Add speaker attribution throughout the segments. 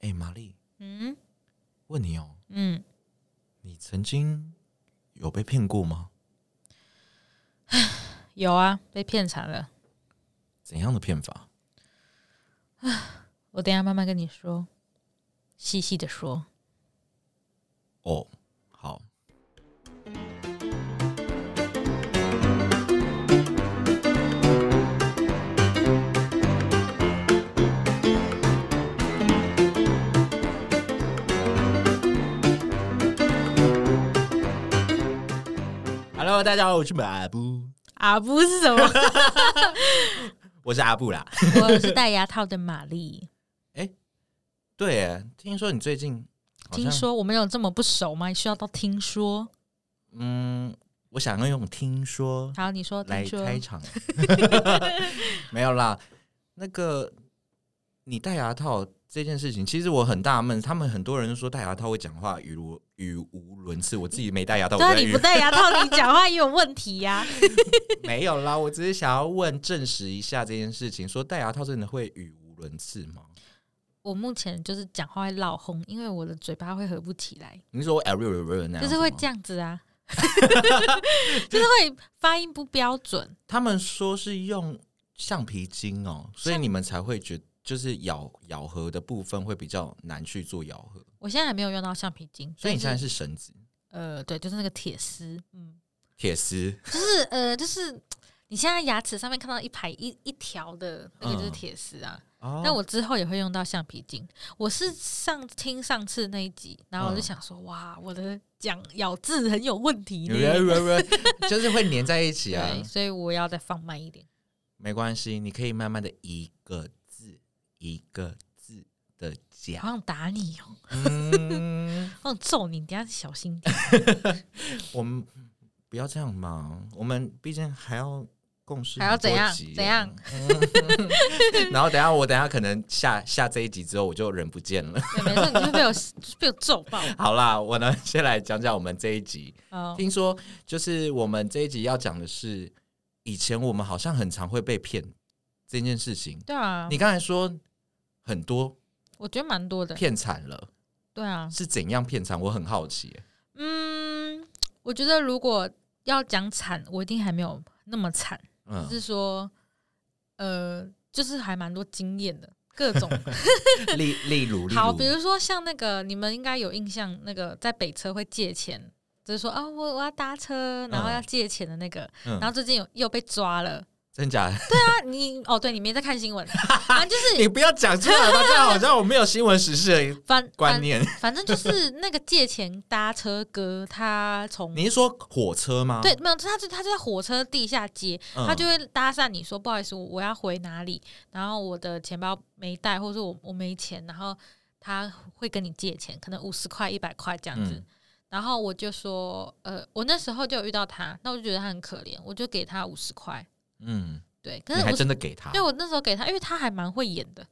Speaker 1: 哎，玛丽，
Speaker 2: 嗯
Speaker 1: 问你哦，
Speaker 2: 嗯，
Speaker 1: 你曾经有被骗过吗？
Speaker 2: 有啊，被骗惨了。
Speaker 1: 怎样的骗法？
Speaker 2: 我等一下慢慢跟你说，细细的说。
Speaker 1: 哦，好，Hello，大家好，我是阿布，
Speaker 2: 啊，不是什么，
Speaker 1: 我是阿布啦。
Speaker 2: 我是戴牙套的玛丽。
Speaker 1: 对耶，听说你最近好像
Speaker 2: 听，说我们有这么不熟吗？需要到听说？
Speaker 1: 嗯，我想要用听说
Speaker 2: 好，你说，
Speaker 1: 来
Speaker 2: 哦听说，
Speaker 1: 开 场，没有啦。那个你戴牙套这件事情，其实我很纳闷，他们很多人都说戴牙套会讲话语无语无伦次，我自己没戴牙套，我
Speaker 2: 对啊，
Speaker 1: 在
Speaker 2: 你
Speaker 1: 语
Speaker 2: 不戴牙套，你讲话也有问题啊呀、
Speaker 1: 没有啦，我只是想要问证实一下这件事情，说戴牙套真的会语无伦次吗？
Speaker 2: 我目前就是讲话会闹红，因为我的嘴巴会合不起 来，
Speaker 1: 你是说我 a r 那样
Speaker 2: 就
Speaker 1: 子
Speaker 2: 是会
Speaker 1: 吗
Speaker 2: 这样子 啊，就是会发音不标准。
Speaker 1: 他们说是用橡皮筋哦，所以你们才会觉就是咬咬合的部分会比较难去做咬合，
Speaker 2: 我现在还没有用到橡皮筋，
Speaker 1: 所以你现
Speaker 2: 但
Speaker 1: 在
Speaker 2: 是
Speaker 1: 是绳子、
Speaker 2: 呃，对，就是那个铁丝，嗯，
Speaker 1: 铁丝。
Speaker 2: 就是呃，就是你现在牙齿上面看到一排一一条的那个就是
Speaker 1: 嗯
Speaker 2: 铁丝啊。
Speaker 1: 哦
Speaker 2: 那我之后也会用到橡皮筋。我是上听上次那一集，然后我就
Speaker 1: 嗯
Speaker 2: 想说，哇，我的讲咬字很有问题呢。
Speaker 1: 就是会粘在一起啊。
Speaker 2: 对，所以我要再放慢一点。
Speaker 1: 没关系，你可以慢慢的一个字一个字的
Speaker 2: 好
Speaker 1: 讲。
Speaker 2: 想打你哦，
Speaker 1: 嗯，
Speaker 2: 好想哦揍你，你等一下小心点。
Speaker 1: 我们不要这样嘛，我们毕竟还要共事，
Speaker 2: 还要怎样啊怎样？
Speaker 1: 嗯啊 然后等一下我等一下可能下下这一集之后我就人不见了。
Speaker 2: 对，没错，你就会被我被我揍爆。
Speaker 1: 好啦，我呢先来讲讲我们这一集。
Speaker 2: 哦，
Speaker 1: 听说就是我们这一集要讲的是，以前我们好像很常会被骗这件事情。
Speaker 2: 对啊，
Speaker 1: 你刚才说很多
Speaker 2: 我觉得蛮多的。
Speaker 1: 骗惨了，
Speaker 2: 对啊，
Speaker 1: 是怎样骗惨？我很好奇耶。
Speaker 2: 嗯，我觉得如果要讲惨，我一定还没有那么惨，
Speaker 1: 嗯
Speaker 2: 就，是说，呃，就是还蛮多经验的，各 种
Speaker 1: 例例如，例
Speaker 2: 好，
Speaker 1: 如
Speaker 2: 比如说像那个你们应该有印象，那个在北车会借钱。就是说啊、我我要搭车，然后
Speaker 1: 嗯
Speaker 2: 要借钱的那个，然
Speaker 1: 嗯，
Speaker 2: 后最近有又被抓了。
Speaker 1: 真假的？
Speaker 2: 那你哦，对，你没在 看新闻，反正就是
Speaker 1: 你不要讲出来吧，这样好像我没有新闻时事的
Speaker 2: 反
Speaker 1: 观 念。
Speaker 2: 反正就是那个借钱搭车哥，他从
Speaker 1: 你是说火车吗？
Speaker 2: 对，没有，他就他就在火车地下街，
Speaker 1: 嗯，
Speaker 2: 他就会搭讪你说不好意思，我我要回哪里，然后我的钱包没带，或者说我我没钱，然后他会跟你借钱，可能五十块、一百块这样子。
Speaker 1: 嗯
Speaker 2: 然后我就说，呃，我那时候就有遇到他，那我就觉得他很可怜，我就给他五十块。
Speaker 1: 嗯，
Speaker 2: 对，可
Speaker 1: 你
Speaker 2: 是
Speaker 1: 还
Speaker 2: 我
Speaker 1: 真的给他
Speaker 2: 对，我那时候给他，因为他还蛮会演 的，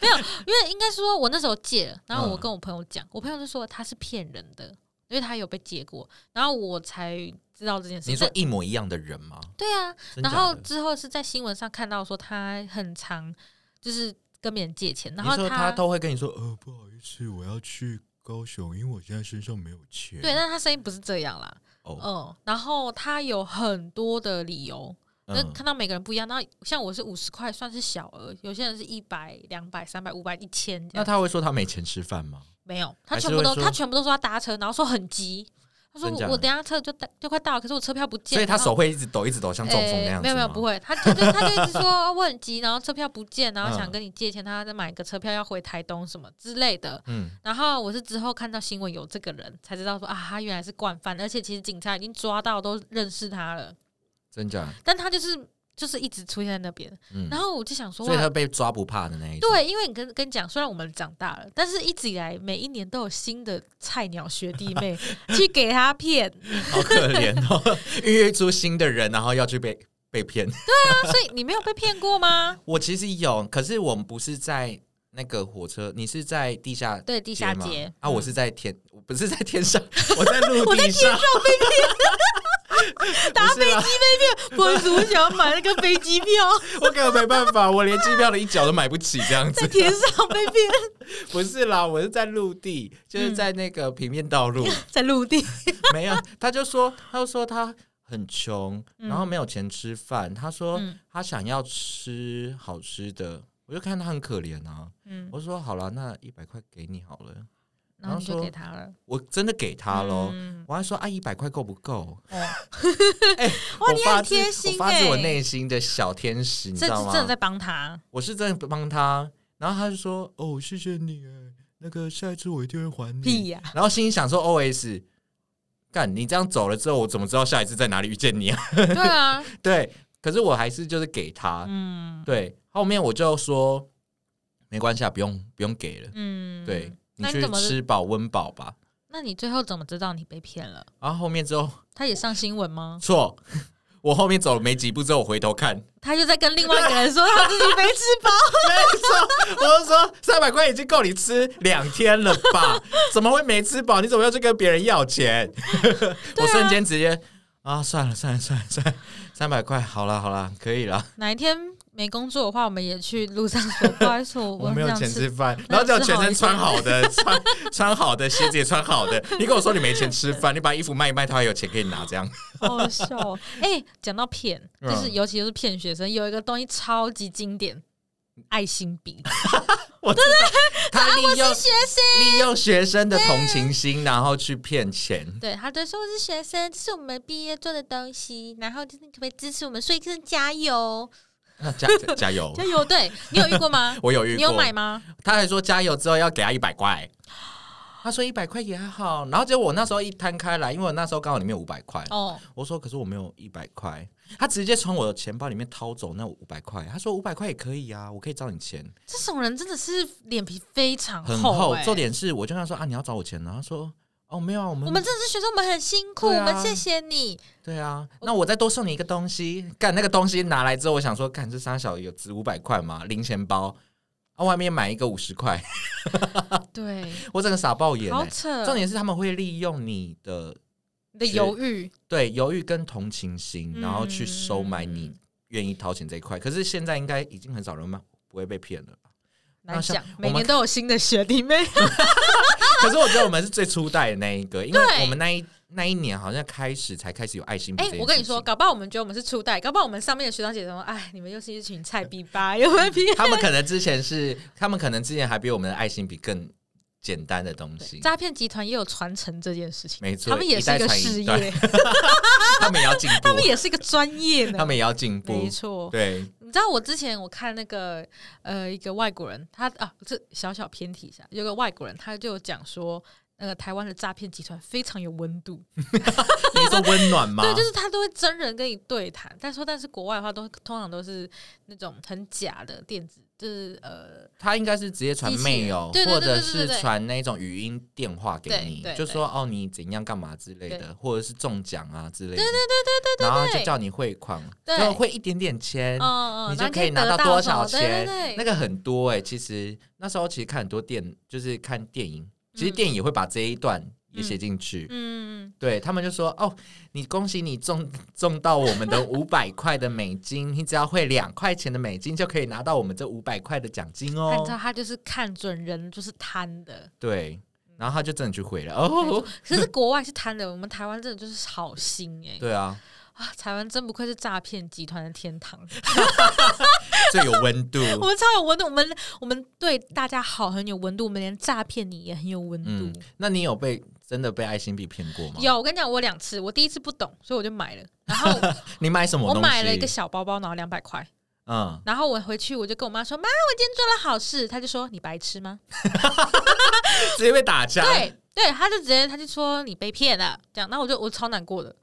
Speaker 2: 没有，因为应该说，我那时候借了，然后我
Speaker 1: 嗯
Speaker 2: 跟我朋友讲，我朋友就说他是骗人的，因为他有被借过，然后我才知道这件事。
Speaker 1: 你说
Speaker 2: 但
Speaker 1: 一模一样的人吗？
Speaker 2: 对啊，
Speaker 1: 真
Speaker 2: 然
Speaker 1: 假
Speaker 2: 后
Speaker 1: 的
Speaker 2: 之后是在新闻上看到说他很常就是跟别人借钱，然后
Speaker 1: 你说
Speaker 2: 他
Speaker 1: 他都会跟你说，呃，不好意思，我要去高雄，因为我现在身上没有钱。
Speaker 2: 对，但是他声音不是这样啦，
Speaker 1: 哦，
Speaker 2: 嗯，然后他有很多的理由，那
Speaker 1: 嗯
Speaker 2: 看到每个人不一样，那像我是五十块算是小额，有些人是一百、两百、三百、五百、一千这
Speaker 1: 那
Speaker 2: 样。
Speaker 1: 他会说他没钱吃饭吗？
Speaker 2: 没有，他
Speaker 1: 还
Speaker 2: 全
Speaker 1: 是
Speaker 2: 部
Speaker 1: 会
Speaker 2: 都
Speaker 1: 说
Speaker 2: 他全部都说他搭车，然后说很急。他说
Speaker 1: 真假的
Speaker 2: 我我等一下车就到就快到了，可是我车票不见。
Speaker 1: 所以他
Speaker 2: 然后
Speaker 1: 手会一直抖，一直抖，像中风那
Speaker 2: 诶
Speaker 1: 样子吗。
Speaker 2: 没有没有不会，他他就他就 一直说啊我很急，然后车票不见，然后想
Speaker 1: 嗯
Speaker 2: 跟你借钱，他再买个车票要回台东什么之类的。
Speaker 1: 嗯，
Speaker 2: 然后我是之后看到新闻有这个人才知道说啊，他原来是惯犯，而且其实警察已经抓到都认识他了，
Speaker 1: 真假？
Speaker 2: 但他就是就是一直出现在那边。
Speaker 1: 嗯，
Speaker 2: 然后我就想说，
Speaker 1: 所以
Speaker 2: 哇
Speaker 1: 他被抓不怕的那一种。
Speaker 2: 对，因为你跟跟你讲，虽然我们长大了，但是一直以来每一年都有新的菜鸟学弟 妹去给他骗，
Speaker 1: 好可怜哦， 孕育出新的人，然后要去被被骗。
Speaker 2: 那啊所以你没有被骗过吗？
Speaker 1: 我其实有，可是我们不是在那个火车，你是在地下
Speaker 2: 对，地下
Speaker 1: 吗
Speaker 2: 街嗯
Speaker 1: 啊，我是在天，我不是在天上，我在陆地上，
Speaker 2: 搭
Speaker 1: 不
Speaker 2: 飞
Speaker 1: 是啊啦
Speaker 2: 机被骗，不好意思，我想要买那个飞机票，
Speaker 1: 我根本没办法，我连机票的一角都买不起，这样
Speaker 2: 在
Speaker 1: 子。
Speaker 2: 天上被骗，
Speaker 1: 不是啦，我是在陆地，就是在
Speaker 2: 嗯
Speaker 1: 那个平面道 路，
Speaker 2: 在陆地，
Speaker 1: 没有。他就说，他就说他很穷，
Speaker 2: 嗯
Speaker 1: 然后没有钱吃饭。他说
Speaker 2: 嗯
Speaker 1: 他想要吃好吃的，我就看他很可怜啊，
Speaker 2: 嗯，
Speaker 1: 我就说好了，那一百块给你好了，
Speaker 2: 然后你就
Speaker 1: 说
Speaker 2: 给他了。
Speaker 1: 我真的给他喽。
Speaker 2: 嗯
Speaker 1: 我还说啊，一百块够不够？ 哎
Speaker 2: 哦，
Speaker 1: 我
Speaker 2: 你
Speaker 1: 发
Speaker 2: 很
Speaker 1: 自
Speaker 2: 贴心
Speaker 1: 我发自我
Speaker 2: 欸
Speaker 1: 内心的小天使，你知
Speaker 2: 这
Speaker 1: 道
Speaker 2: 这
Speaker 1: 吗？
Speaker 2: 真的在帮他，
Speaker 1: 我是真的帮他，然后他就说：“哦，谢谢你，哎，那个下一次我一定会还你。”
Speaker 2: 屁 呀、
Speaker 1: 然后心里想说：“OS，干你这样走了之后，我怎么知道下一次在哪里遇见你啊
Speaker 2: 对啊，？”
Speaker 1: 对，可是我还是就是给他。
Speaker 2: 嗯
Speaker 1: 对，后面我就说没关系，啊，不用不用给了。
Speaker 2: 嗯，
Speaker 1: 对你
Speaker 2: 那你
Speaker 1: 去
Speaker 2: 怎么
Speaker 1: 吃饱温饱吧。
Speaker 2: 那你最后怎么知道你被骗了？
Speaker 1: 然后后面之后
Speaker 2: 他也上新闻吗？
Speaker 1: 错， 我后面走了没几步之后，我回头看，
Speaker 2: 他又在跟另外一个人 说他自己没吃饱，
Speaker 1: 没错，我就说三百块已经够你吃两天了 吧？怎么会没吃饱？你怎么要去跟别人要钱？ 我瞬间直接啊，算了算了算了算了，三百块好了好了，可以了，
Speaker 2: 哪一天没工作的话，我们也去路上说，不好意思，我
Speaker 1: 我
Speaker 2: 很
Speaker 1: 没有
Speaker 2: 想
Speaker 1: 钱吃
Speaker 2: 吃。
Speaker 1: 饭，
Speaker 2: 那
Speaker 1: 然后
Speaker 2: 只好
Speaker 1: 叫全身穿好的， 穿穿好的鞋子也穿好的，你跟我说你没钱吃饭，你把衣服卖一卖，他还有钱给你拿，这样
Speaker 2: 好好笑 哦！哎、讲到骗，
Speaker 1: 嗯
Speaker 2: 就是尤其是骗学生，有一个东西超级经典，爱心 笔。
Speaker 1: 他利 用
Speaker 2: 学生，
Speaker 1: 利用学生
Speaker 2: 啊
Speaker 1: 的同情心，然后去骗钱。
Speaker 2: 对，他就说我是学生，这是我们毕业做的东西，然后就是你可不可以支持我们？所以就是加油，
Speaker 1: 那加加 油！？
Speaker 2: 加油！对你有遇过吗
Speaker 1: 我有遇过，
Speaker 2: 你有 买吗？
Speaker 1: 他还说加油之后要给他一百块，他说一百块也还好。然后结果我那时候一摊开来，因为我那时候刚好里面有五百块，
Speaker 2: 哦，
Speaker 1: 我说可是我没有一百块，他直接从我的钱包里面掏走那五百块，他说五百块也可以啊，我可以找你钱，
Speaker 2: 这种人真的是脸皮非常
Speaker 1: 很
Speaker 2: 厚、
Speaker 1: 厚
Speaker 2: 欸。。
Speaker 1: 重点是我就跟他说啊，你要找我钱呢，他说哦没有啊，我们
Speaker 2: 我们真的是学生，我们很辛苦，
Speaker 1: 对啊
Speaker 2: 我们谢谢你。
Speaker 1: 对啊，
Speaker 2: 哦
Speaker 1: 那我再多送你一个东西，干那个东西拿来之后，我想说干这三小有值五百块吗？零钱包。啊，外面买一个五十块，
Speaker 2: 对，
Speaker 1: 我整个傻爆眼、
Speaker 2: 好
Speaker 1: 欸。
Speaker 2: 扯。
Speaker 1: 重点是他们会利用你的
Speaker 2: 你的犹豫，
Speaker 1: 对犹豫跟同情心，
Speaker 2: 嗯
Speaker 1: 然后去收买你愿意掏钱这一块。可是现在应该已经很少人买，不会被骗了。
Speaker 2: 难讲
Speaker 1: 那像，
Speaker 2: 每
Speaker 1: 我们
Speaker 2: 年都有新的学弟妹。
Speaker 1: 可是我觉得我们是最初代的那一个，因为
Speaker 2: 对
Speaker 1: 我们那一那一年好像开始才开始有爱心笔
Speaker 2: 哎、
Speaker 1: 这件事情。
Speaker 2: 我跟你说，搞不好我们觉得我们是初代，搞不好我们上面的学长姐姐说，哎，你们又是一群菜逼吧，又会批。
Speaker 1: 他们可能之前是，他们可能之前还比我们的爱心笔更简单的东西。
Speaker 2: 诈骗集团也有传承这件事情，
Speaker 1: 没错
Speaker 2: 他们也是一个事
Speaker 1: 一代传
Speaker 2: 业，
Speaker 1: 他们也要进步
Speaker 2: 他，们也是一个专业呢
Speaker 1: 他。们也要进步
Speaker 2: 没。错，
Speaker 1: 对，
Speaker 2: 你知道我之前我看那个呃一个外国人，他啊这小小偏题一下，有个外国人他就有讲说，那个台湾的诈骗集团非常有温度，
Speaker 1: 你说温暖吗？
Speaker 2: 对，就是他都会真人跟你对谈。但说但是国外的话都通常都是那种很假的电子，就是呃
Speaker 1: 他应该是直接传
Speaker 2: 机器人
Speaker 1: mail，
Speaker 2: 对对对
Speaker 1: 或者
Speaker 2: 对对
Speaker 1: 是
Speaker 2: 对对
Speaker 1: 传那种语音电话给你
Speaker 2: 对对，
Speaker 1: 就说哦你怎样干嘛之类
Speaker 2: 对
Speaker 1: 的，或者是中奖啊之类的，对对对对对，然后就叫你汇款，
Speaker 2: 对
Speaker 1: 就汇一点点钱
Speaker 2: 嗯。嗯，
Speaker 1: 你
Speaker 2: 然
Speaker 1: 就
Speaker 2: 后
Speaker 1: 可以拿
Speaker 2: 得
Speaker 1: 到
Speaker 2: 到
Speaker 1: 多
Speaker 2: 什
Speaker 1: 少
Speaker 2: 么
Speaker 1: 钱
Speaker 2: 对对？对
Speaker 1: 那个很多哎、其实那时候其实看很多电，就是看电影，其实电影也会把这一段也写进去。
Speaker 2: 嗯，
Speaker 1: 对他们就说：“哦，你恭喜你中中到我 们的五百块的美金，你只要汇两块钱的美金就可以拿到我们这五百块的奖金
Speaker 2: 他你知道
Speaker 1: 哦。
Speaker 2: 他就是看准人就是贪的，”
Speaker 1: 对，
Speaker 2: 嗯
Speaker 1: 然后他就真的去 汇了。
Speaker 2: 没
Speaker 1: 哦
Speaker 2: 错，可是国外是贪的，我们台湾真的就是好心哎、
Speaker 1: 对啊，
Speaker 2: 啊，台湾真不愧是诈骗集团的天堂，
Speaker 1: 嗯最有温度。
Speaker 2: 我们超有温度，我们我们对大家好很有温度，我们连诈骗你也很有温
Speaker 1: 嗯
Speaker 2: 度。，
Speaker 1: 那你有被真的被爱心币骗过吗？
Speaker 2: 有，我跟你讲，我两次，我第一次不懂，所以我就买了，然后
Speaker 1: 你买 什么
Speaker 2: 我
Speaker 1: 东西？
Speaker 2: 买了一个小包包，然后两百块，
Speaker 1: 嗯，
Speaker 2: 然后我回去我就跟我妈说，妈，我今天做了好事，她就说你白痴吗？
Speaker 1: 直接被打架。
Speaker 2: 对对，她就直接她就说你被骗了，这样，那我就我超难过的，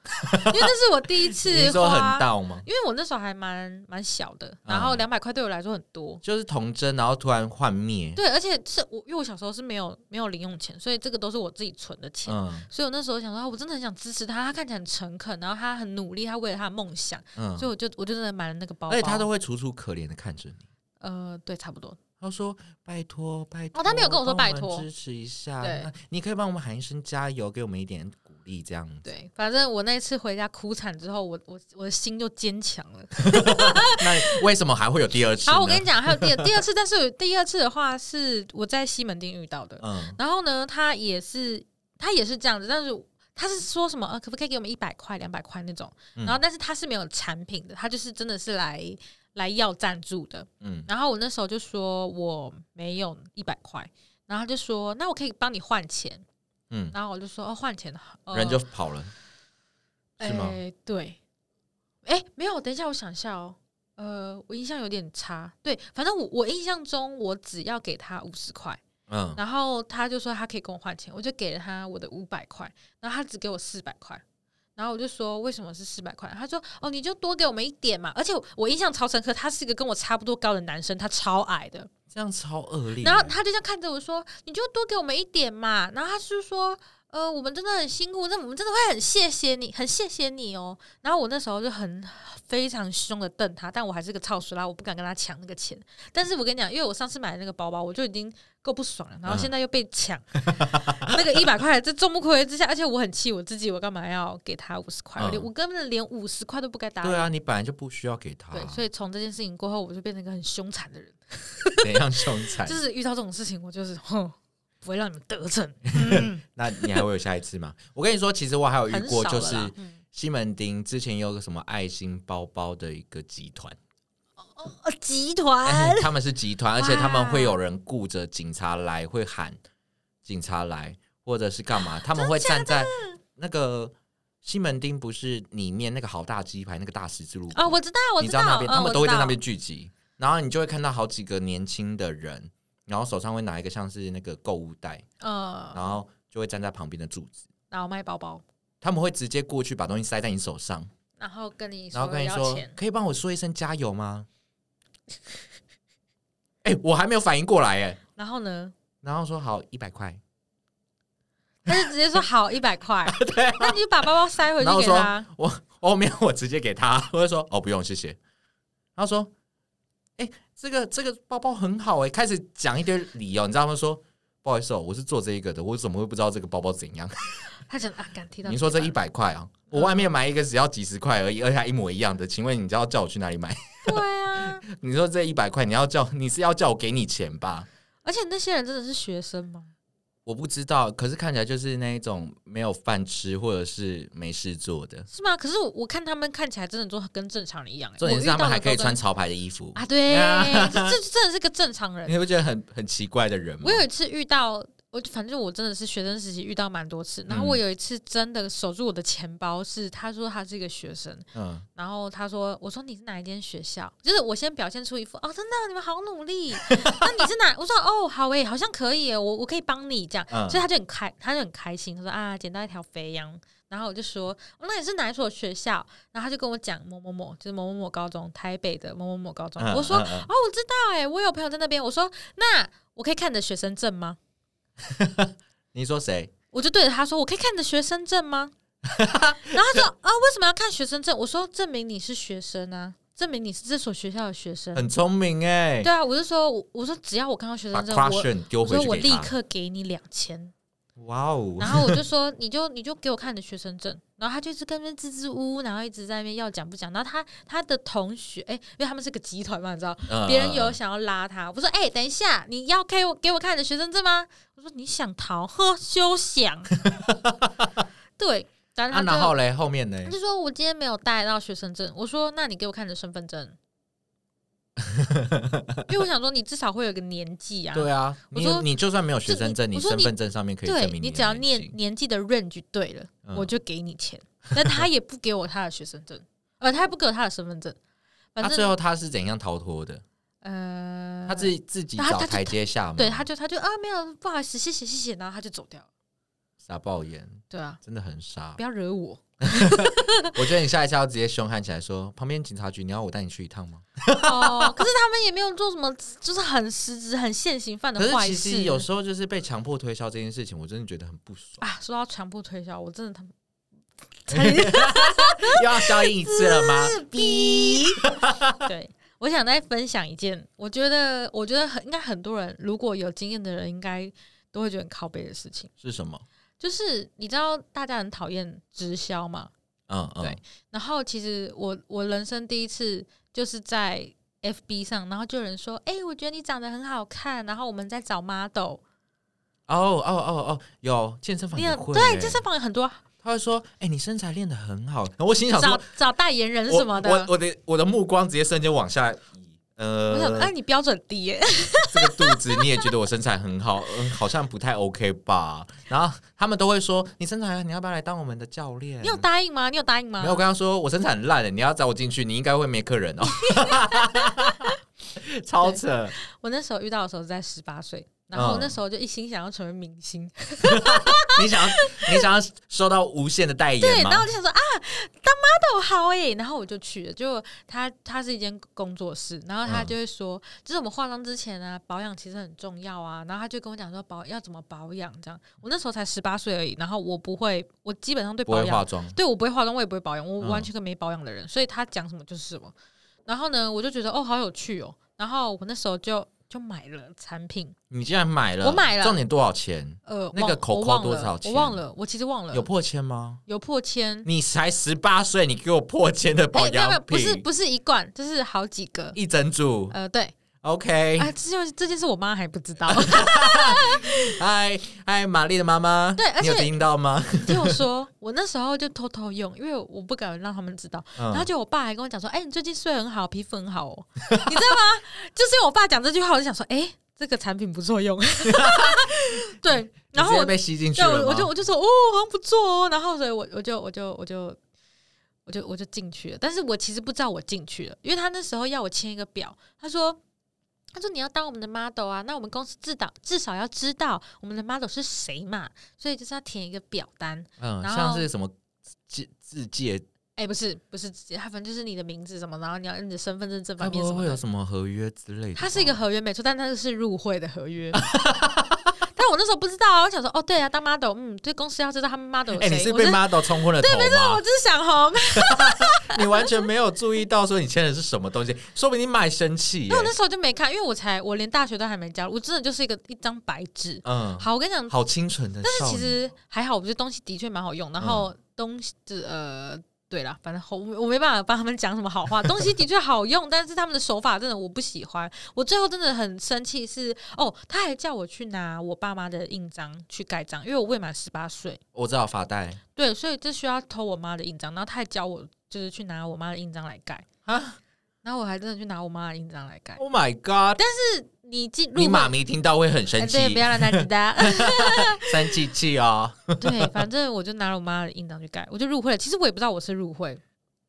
Speaker 2: 因为那是我第一 次
Speaker 1: 你是说很
Speaker 2: 花，
Speaker 1: 到吗？
Speaker 2: 因为我那时候还蛮蛮小的，然后
Speaker 1: 嗯
Speaker 2: 两百块对我来说很多，
Speaker 1: 就是童真，然后突然幻灭。
Speaker 2: 对，而且是我，因为我小时候是没有没有零用钱，所以这个都是我自己存的钱。
Speaker 1: 嗯
Speaker 2: 所以我那时候想说，啊我真的很想支持他，他看起来很诚恳，然后他很努力，他为了他的梦想，
Speaker 1: 嗯
Speaker 2: 所，以我就我就真的买了那个包包。
Speaker 1: 而且他都会楚楚可怜的看着你。
Speaker 2: 呃，对，差不多。
Speaker 1: 他说：“拜托，拜托。”
Speaker 2: 哦他没有跟我说拜托
Speaker 1: 支持一下。
Speaker 2: 对
Speaker 1: 那你可以帮我们喊一声加油，给我们一点鼓励这样 子。
Speaker 2: 对，反正我那次回家哭惨之后，我我我的心就坚强 了。
Speaker 1: 那为什么还会有第二次呢？
Speaker 2: 好，我跟你讲，还有第二第二次，但是第二次的话是我在西门町遇到的。
Speaker 1: 嗯，
Speaker 2: 然后呢，他也是他也是这样子，但是他是说什么呃，可不可以给我们一百块、两百块那种？
Speaker 1: 嗯
Speaker 2: 然后但是他是没有产品的，他就是真的是来来要赞助的。
Speaker 1: 嗯
Speaker 2: 然后我那时候就说我没有一百块，然后他就说那我可以帮你换钱，
Speaker 1: 嗯，
Speaker 2: 然后我就说哦换钱，呃、
Speaker 1: 人就跑了，是吗
Speaker 2: 哎对，哎没有，等一下我想一下哦。呃，我印象有点差，对，反正我我印象中我只要给他五十块，
Speaker 1: 嗯，
Speaker 2: 然后他就说他可以跟我换钱，我就给了他我的五百块，然后他只给我四百块，然后我就说为什么是四百块？他说哦，你就多给我们一点嘛。而且我印象超深刻，他是一个跟我差不多高的男生，他超矮的，
Speaker 1: 这样超恶劣。
Speaker 2: 然后他就这样看着我说，你就多给我们一点嘛。然后他就说。呃，我们真的很辛苦，那我们真的会很谢谢你，很谢谢你哦。然后我那时候就很非常凶的瞪他，但我还是个操死啦，我不敢跟他抢那个钱。但是我跟你讲，因为我上次买的那个包包，我就已经够不爽了，然
Speaker 1: 嗯
Speaker 2: 后现在又被抢、 那个一百块，这众目睽睽之下，而且我很气我自己，我干嘛要给他五十块？我连
Speaker 1: 嗯
Speaker 2: 我根本连五十块都不该答应。
Speaker 1: 对啊，你本来就不需要给他，啊
Speaker 2: 对，所以从这件事情过后，我就变成一个很凶残的人。
Speaker 1: 怎样凶残
Speaker 2: 就？是遇到这种事情，我就是哼，不会让你们得逞，
Speaker 1: 那你还会有下一次吗？ 我跟你说，其实我还有遇
Speaker 2: 很
Speaker 1: 过，
Speaker 2: 少
Speaker 1: 就
Speaker 2: 了
Speaker 1: 是
Speaker 2: 啦嗯
Speaker 1: 西门町之前有个什么爱心包包的一个集团，
Speaker 2: 哦，集团
Speaker 1: 他们是集团，而且他们会有人顾着警察来，会喊警察来，或者是干 嘛？他们会站在那个西门町，不是里面那个好大鸡排那个大十字路口
Speaker 2: 哦，我知道，我
Speaker 1: 你
Speaker 2: 知
Speaker 1: 知道那边，
Speaker 2: 嗯
Speaker 1: 他们都会在那。
Speaker 2: 我知
Speaker 1: 边
Speaker 2: 道
Speaker 1: 聚集，然后你就会看到好几个年轻的人，然后手上会拿一个像是那个购物袋，
Speaker 2: 嗯，
Speaker 1: 然后就会站在旁边的柱子，
Speaker 2: 然后卖包包，
Speaker 1: 他们会直接过去把东西塞在你手上，
Speaker 2: 然后跟你
Speaker 1: 然后跟你
Speaker 2: 要
Speaker 1: 说
Speaker 2: 钱，，
Speaker 1: 可以帮我说一声加油吗？哎、我还没有反应过来哎，
Speaker 2: 然后呢，
Speaker 1: 然后说好一百块，
Speaker 2: 他就直接说好一百 块，那你就把包包塞回
Speaker 1: 啊然后
Speaker 2: 去
Speaker 1: 我
Speaker 2: 给
Speaker 1: 说
Speaker 2: 他。
Speaker 1: 我哦没有，我直接给他，我就说哦不用谢谢。他说，哎、这个这个包包很好哎、开始讲一堆理由，你知道吗？说不好意思哦，我是做这一个的，我怎么会不知道这个包包怎样？
Speaker 2: 他讲啊，敢提到
Speaker 1: 你说这一
Speaker 2: 100
Speaker 1: 百块啊，我外面买一个只要几十块而已，而且还一模一样的，请问你知道叫我去哪里买？
Speaker 2: 对啊，
Speaker 1: 你说这一百块你要叫 你是要叫我给你钱吧？
Speaker 2: 而且那些人真的是学生吗？
Speaker 1: 我不知道，可是看起来就是那一种没有饭吃或者是没事做的。
Speaker 2: 是吗？可是我我看他们看起来真的都跟正常人一样、欸，
Speaker 1: 重点是他
Speaker 2: 我遇到
Speaker 1: 们
Speaker 2: 的
Speaker 1: 还可以
Speaker 2: 都
Speaker 1: 穿
Speaker 2: 跟
Speaker 1: 潮牌的衣服，
Speaker 2: 啊，对
Speaker 1: 啊，
Speaker 2: 这这真的是个正常人
Speaker 1: 你。会觉得很很奇怪的人吗
Speaker 2: 我？有一次遇到，我反正我真的是学生时期遇到蛮多次。然后
Speaker 1: 嗯
Speaker 2: 我有一次真的守住我的钱包是，他说他是一个学生，
Speaker 1: 嗯，
Speaker 2: 然后他说我说你是哪一间学校？就是我先表现出一副哦，真的你们好 努力，那你是哪？我说哦，好诶、好像可以耶、欸我我可以帮你这样，
Speaker 1: 嗯
Speaker 2: 所以他就很开，他就很开心，他说啊，捡到一条肥羊。然后我就说，哦、那你是哪一所学校？然后他就跟我讲某某某，就是某某某高中，台北的某某某高中。
Speaker 1: 嗯
Speaker 2: 我说
Speaker 1: 嗯嗯
Speaker 2: 哦，我知道哎、我有朋友在那边。我说，那我可以看你的学生证吗？
Speaker 1: 你说谁？
Speaker 2: 我就对着他说，我可以看你的学生证吗？ 然后他说，啊，为什么要看学生证？我说，证明你是学生啊，证明你是这所学校的学生。
Speaker 1: 很聪明哎、
Speaker 2: 嗯对啊，我就说，我我说只要我看到学
Speaker 1: 把
Speaker 2: 生证，我
Speaker 1: question 丢
Speaker 2: 我
Speaker 1: 回
Speaker 2: 说
Speaker 1: 去
Speaker 2: 我
Speaker 1: 给
Speaker 2: 立
Speaker 1: 他。
Speaker 2: 刻给你两千。
Speaker 1: 哇哦，
Speaker 2: 然后我就说，你就你就给我看你的学生证。然后他就一直跟那边支支吾吾，然后一直在那边要讲不讲。然后他他的同学，哎、因为他们是个集团嘛，你知道，
Speaker 1: 嗯
Speaker 2: 别人有想要拉他，我说：“哎、等一下，你要给我给我看你的学生证吗？”我说：“你想逃，呵，休想。”对，然后
Speaker 1: 啊，
Speaker 2: 他就、
Speaker 1: 然后嘞，后面呢
Speaker 2: 他？就说：“我今天没有带到学生证。”我说：“那你给我看你的身 份证，因为我想说你至少会有个年纪啊。”
Speaker 1: 对啊，
Speaker 2: 我
Speaker 1: 你
Speaker 2: 说
Speaker 1: 你就算没有学生证，
Speaker 2: 这
Speaker 1: 你
Speaker 2: 我说
Speaker 1: 身
Speaker 2: 你
Speaker 1: 份证上面可以
Speaker 2: 对
Speaker 1: 证明
Speaker 2: 你
Speaker 1: 的
Speaker 2: 只要
Speaker 1: 年
Speaker 2: 念
Speaker 1: 纪
Speaker 2: 年纪的 range 对了，
Speaker 1: 嗯
Speaker 2: 我就给你钱。但他也不给我他的学生证，呃，他也不给我他的身份证，反
Speaker 1: 他
Speaker 2: 正、
Speaker 1: 最后他是怎样逃脱的？
Speaker 2: 呃，
Speaker 1: 他自己自己
Speaker 2: 他
Speaker 1: 找
Speaker 2: 他就
Speaker 1: 台阶下嘛？
Speaker 2: 对他就他就啊没有不好意思，谢谢谢谢，然后他就走掉了。
Speaker 1: 傻爆眼，
Speaker 2: 对啊，
Speaker 1: 真的很傻
Speaker 2: 不。要惹我。
Speaker 1: 我觉得你下一次要直接凶悍起来说，旁边警察局，你要我带你去一趟吗？
Speaker 2: 哦，可是他们也没有做什么，就是很实质、很现行犯的
Speaker 1: 可
Speaker 2: 坏
Speaker 1: 是其
Speaker 2: 事。
Speaker 1: 实有时候就是被强迫推销这件事情，我真的觉得很不 爽，
Speaker 2: 啊，说到强迫推销，我真的他 们
Speaker 1: 又要消音一次了吗？
Speaker 2: 逼。 对，我想再分享一件，我觉得，我觉得很应该很多人如果有经验的人，应该都会觉得很靠背的事情，
Speaker 1: 是什么？
Speaker 2: 就是你知道大家很讨厌直销嘛，
Speaker 1: 嗯嗯，
Speaker 2: 对然后其实我我人生第一次就是在 FB 上，然后就有人说，哎、我觉得你长得很好看，然后我们在找 model，
Speaker 1: 哦哦哦哦，有健身房
Speaker 2: 你
Speaker 1: 也欸
Speaker 2: 很
Speaker 1: 会、
Speaker 2: 对健身，房有很多
Speaker 1: 他会说，哎、你身材练得很好。然后我心想
Speaker 2: 找
Speaker 1: 说，
Speaker 2: 找代言人
Speaker 1: 我
Speaker 2: 什么的，
Speaker 1: 我我的我的目光直接瞬间往下移，
Speaker 2: 我想，哎、
Speaker 1: 呃，
Speaker 2: 你标准低耶、
Speaker 1: 这个肚子你也觉得我身材很好，嗯，好像不太 OK 吧？然后他们都会说，你身材很好，你要不要来当我们的教练？
Speaker 2: 你有答应吗？你有答应吗？
Speaker 1: 没有，我跟他说我身材很烂的，你要找我进去，你应该会没客人 哦。超扯，
Speaker 2: 我那时候遇到的时候是在十八岁，然后
Speaker 1: 嗯
Speaker 2: 那时候就一心想要成为明星，
Speaker 1: 你想要你想要收到无限的代
Speaker 2: 对，
Speaker 1: 言
Speaker 2: 然后
Speaker 1: 吗
Speaker 2: 我？就想说啊，当 model 好哎、然后我就去了，就他他是一间工作室，然后他
Speaker 1: 嗯
Speaker 2: 就会说，就是我们化妆之前啊，保养其实很重要啊，然后他就跟我讲说保要怎么保养这样，我那时候才十八岁而已，然后我不会，我基本上对
Speaker 1: 不
Speaker 2: 保
Speaker 1: 会化
Speaker 2: 养，
Speaker 1: 妆，
Speaker 2: 对我不会化妆，我也不会保养，我
Speaker 1: 嗯
Speaker 2: 完全个没保养的人，所以他讲什么就是什么，然后呢，我就觉得哦好有趣哦，然后我那时候就就买了产品。
Speaker 1: 你竟然买了？
Speaker 2: 我买了
Speaker 1: 重点多少钱？
Speaker 2: 呃，
Speaker 1: 那个
Speaker 2: 忘
Speaker 1: 口
Speaker 2: 我
Speaker 1: 扣
Speaker 2: 忘
Speaker 1: 多
Speaker 2: 了
Speaker 1: 少钱
Speaker 2: 我忘了，我其实忘了
Speaker 1: 有破千吗？
Speaker 2: 有破千，
Speaker 1: 你才十八岁，你给我破千的保
Speaker 2: 哎，没有没有，
Speaker 1: 养
Speaker 2: 不
Speaker 1: 品，
Speaker 2: 是不是一罐，就是好几个。
Speaker 1: 一哎整组。
Speaker 2: 呃，对，
Speaker 1: OK，
Speaker 2: 啊，这就是这件事我妈还不 知道，
Speaker 1: 嗨嗨，玛丽的妈妈，
Speaker 2: 对而
Speaker 1: 你有
Speaker 2: 且
Speaker 1: 听到吗？
Speaker 2: 听我说，我那时候就偷偷用，因为我不敢让他们知道。然后
Speaker 1: 嗯，
Speaker 2: 就我爸还跟我讲说，哎、你最近睡很好，皮肤很好哦，你知道吗？就是因为我爸讲这句话，我就想说，哎、这个产品不错用。对，然后
Speaker 1: 你直接
Speaker 2: 我
Speaker 1: 被吸进去
Speaker 2: 对，
Speaker 1: 了吗
Speaker 2: 我我就我就说哦，好像不错哦，然后所以我我就我就我就我就我就进去了，但是我其实不知道我进去了，因为他那时候要我签一个表，他说。他说：“你要当我们的 model 啊，那我们公司至少至少要知道我们的 model 是谁嘛，所以就是要填一个表单。
Speaker 1: 嗯，
Speaker 2: 然后
Speaker 1: 像是什么自自介，
Speaker 2: 哎、不是不是，他反正就是你的名字什么，然后你要你的身份证正
Speaker 1: 该
Speaker 2: 反面
Speaker 1: 啊不会
Speaker 2: 什么
Speaker 1: 会有。什么
Speaker 2: 的
Speaker 1: 合约之类的吧？
Speaker 2: 它是一个合约没错，但它是入会的 合约。但我那时候不知道啊，我想说哦，对啊，当 model，嗯，这公司要知道他们 model 有
Speaker 1: 哎，
Speaker 2: 谁。
Speaker 1: 你是
Speaker 2: 我
Speaker 1: 被
Speaker 2: 真的
Speaker 1: model 冲昏了头
Speaker 2: 我
Speaker 1: 吗？
Speaker 2: 只是想红，
Speaker 1: 你完全没有注意到说你签的是什么东西，说不定买生气耶
Speaker 2: 因为。我那时候就没看，因为我才我连大学都还没加入，我真的就是一个一张白纸。
Speaker 1: 嗯，
Speaker 2: 好，我跟你讲，
Speaker 1: 好清纯的少女。
Speaker 2: 但是其实还好，我觉得东西的确蛮好用，然后东西、呃。对啦，反正我我没办法帮他们讲什么好 话，东西的确好用，但是他们的手法真的我不喜欢。我最后真的很生气是，哦，他还叫我去拿我爸妈的印章去盖章，因为我未满十八岁，
Speaker 1: 我知道发带
Speaker 2: 对，所以这需要偷我妈的印章，然后他还教我就是去拿我妈的印章来盖，
Speaker 1: 啊
Speaker 2: 然后我还真的去拿我妈的印章来盖。
Speaker 1: ，Oh my God！
Speaker 2: 是你进入
Speaker 1: 你
Speaker 2: 会
Speaker 1: 妈咪听到会很生
Speaker 2: 哎，
Speaker 1: 气
Speaker 2: 对，，不要让他知道。
Speaker 1: 生气气哦。
Speaker 2: 对，反正我就拿了我妈的印章去盖，我就入会了。其实我也不知道我是入会，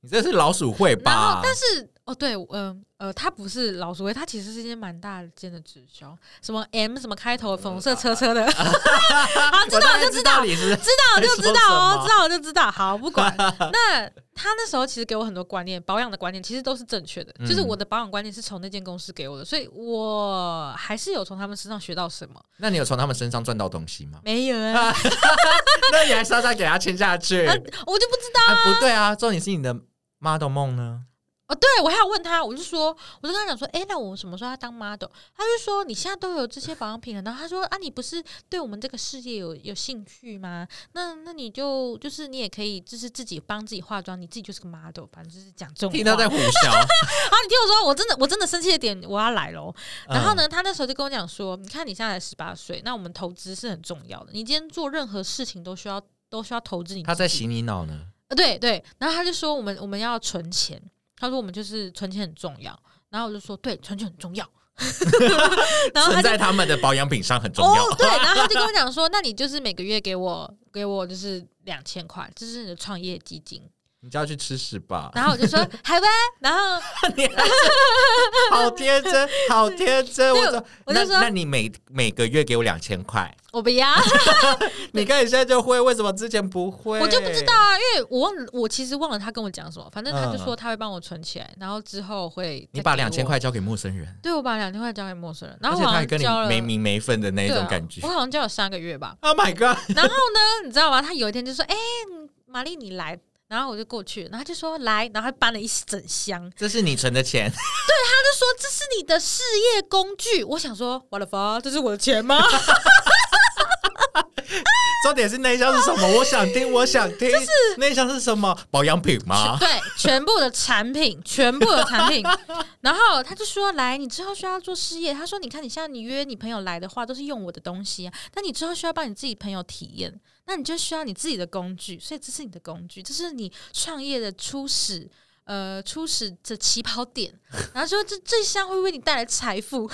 Speaker 1: 你这是老鼠会
Speaker 2: 然
Speaker 1: 吧？
Speaker 2: 后但是哦，对，嗯呃它不是老鼠会，它其实是一间蛮大间的直销，什么 M 什么开头的粉红色车车的，知
Speaker 1: 啊，知道就知道你是知
Speaker 2: 道就知道哦，知道我就知道。好，不管。那他那时候其实给我很多观念，保养的观念其实都是正确的，就是
Speaker 1: 嗯
Speaker 2: 我的保养观念是从那间公司给我的，所以我还是有从他们身上学到什么。？
Speaker 1: 那你有从他们身上赚到东西吗
Speaker 2: 没有啊，
Speaker 1: 那你还稍稍给他签下去？
Speaker 2: 啊
Speaker 1: 啊，
Speaker 2: 我就不知道。
Speaker 1: 不对啊，重点是你的 model 梦呢？
Speaker 2: 哦，对，我还要问他，我就说，我就跟他讲说，诶，那我什么时候要当 model？他就说，你现在都有这些保养品了，然后他说，啊，你不是对我们这个事业有有兴趣吗？那那你就就是你也可以，就是自己帮自己化妆，你自己就是个 model，反正就是讲这种话。
Speaker 1: 听到在
Speaker 2: 然
Speaker 1: 胡笑，
Speaker 2: 后你听我说，我真的我真的生气的点我要来喽。
Speaker 1: 嗯
Speaker 2: 然后？呢，他那时候就跟我讲说，你看你现在才十八岁，那我们投资是很重要的，你今天做任何事情都需要都需要投资你自己。
Speaker 1: 嗯他在洗你脑呢。
Speaker 2: 呃，对对，然后他就说我们我们要存钱，他说我们就是存钱很重要，然后我就说对，存钱很重要， 然后哦
Speaker 1: 存
Speaker 2: 他就
Speaker 1: 在他们的保养品上很重要。
Speaker 2: 哦对，然后他就跟我讲说，那你就是每个月给我给我就是两千块，这是你的创业基金，
Speaker 1: 你就要去吃屎 吧！
Speaker 2: 然后我就说好吧，然后
Speaker 1: 你还是好天真，好天真。
Speaker 2: 对
Speaker 1: 我说，
Speaker 2: 我就
Speaker 1: 那
Speaker 2: 说
Speaker 1: 那你每每个月给我两千块，
Speaker 2: 我不要，
Speaker 1: 你看你现在就会，为什么之前不会？
Speaker 2: 我就不知道啊，因为我忘了，我其实忘了他跟我讲什么，反正他就
Speaker 1: 嗯
Speaker 2: 说他会帮我存起来，然后之后会再
Speaker 1: 你把
Speaker 2: 给
Speaker 1: 两千
Speaker 2: 我，
Speaker 1: 块交给陌生人，
Speaker 2: 对我把两千块交给陌生人，然
Speaker 1: 而
Speaker 2: 后
Speaker 1: 且
Speaker 2: 啊
Speaker 1: 他
Speaker 2: 我好
Speaker 1: 还
Speaker 2: 像
Speaker 1: 跟你
Speaker 2: 交了
Speaker 1: 没名没分的那一
Speaker 2: 对
Speaker 1: 种
Speaker 2: 啊
Speaker 1: 感觉
Speaker 2: 我。好像交了三个月吧。
Speaker 1: Oh my god！
Speaker 2: 然后呢，你知道吗？他有一天就说：“哎、玛丽，你来。”然后我就过去，然后他就说来，然后他搬了一整箱，他
Speaker 1: 这是你存的钱，
Speaker 2: 就说这是你的事业工具。我想说，我的妈，这是我的钱吗？
Speaker 1: 重点是内箱是什么？我想听，我想听。就是内箱是什么？保养品 吗？
Speaker 2: 对，全部的产品，全部的产品。然后他就说：“来，你之后需要做事业。”他说：“你看，你像你约你朋友来的话，都是用我的东西啊。那你之后需要帮你自己朋友体验，那你就需要你自己的工具。所以这是你的工具，这是你创业的初始。”呃，初始的起跑点，然后说这这项会为你带来财富。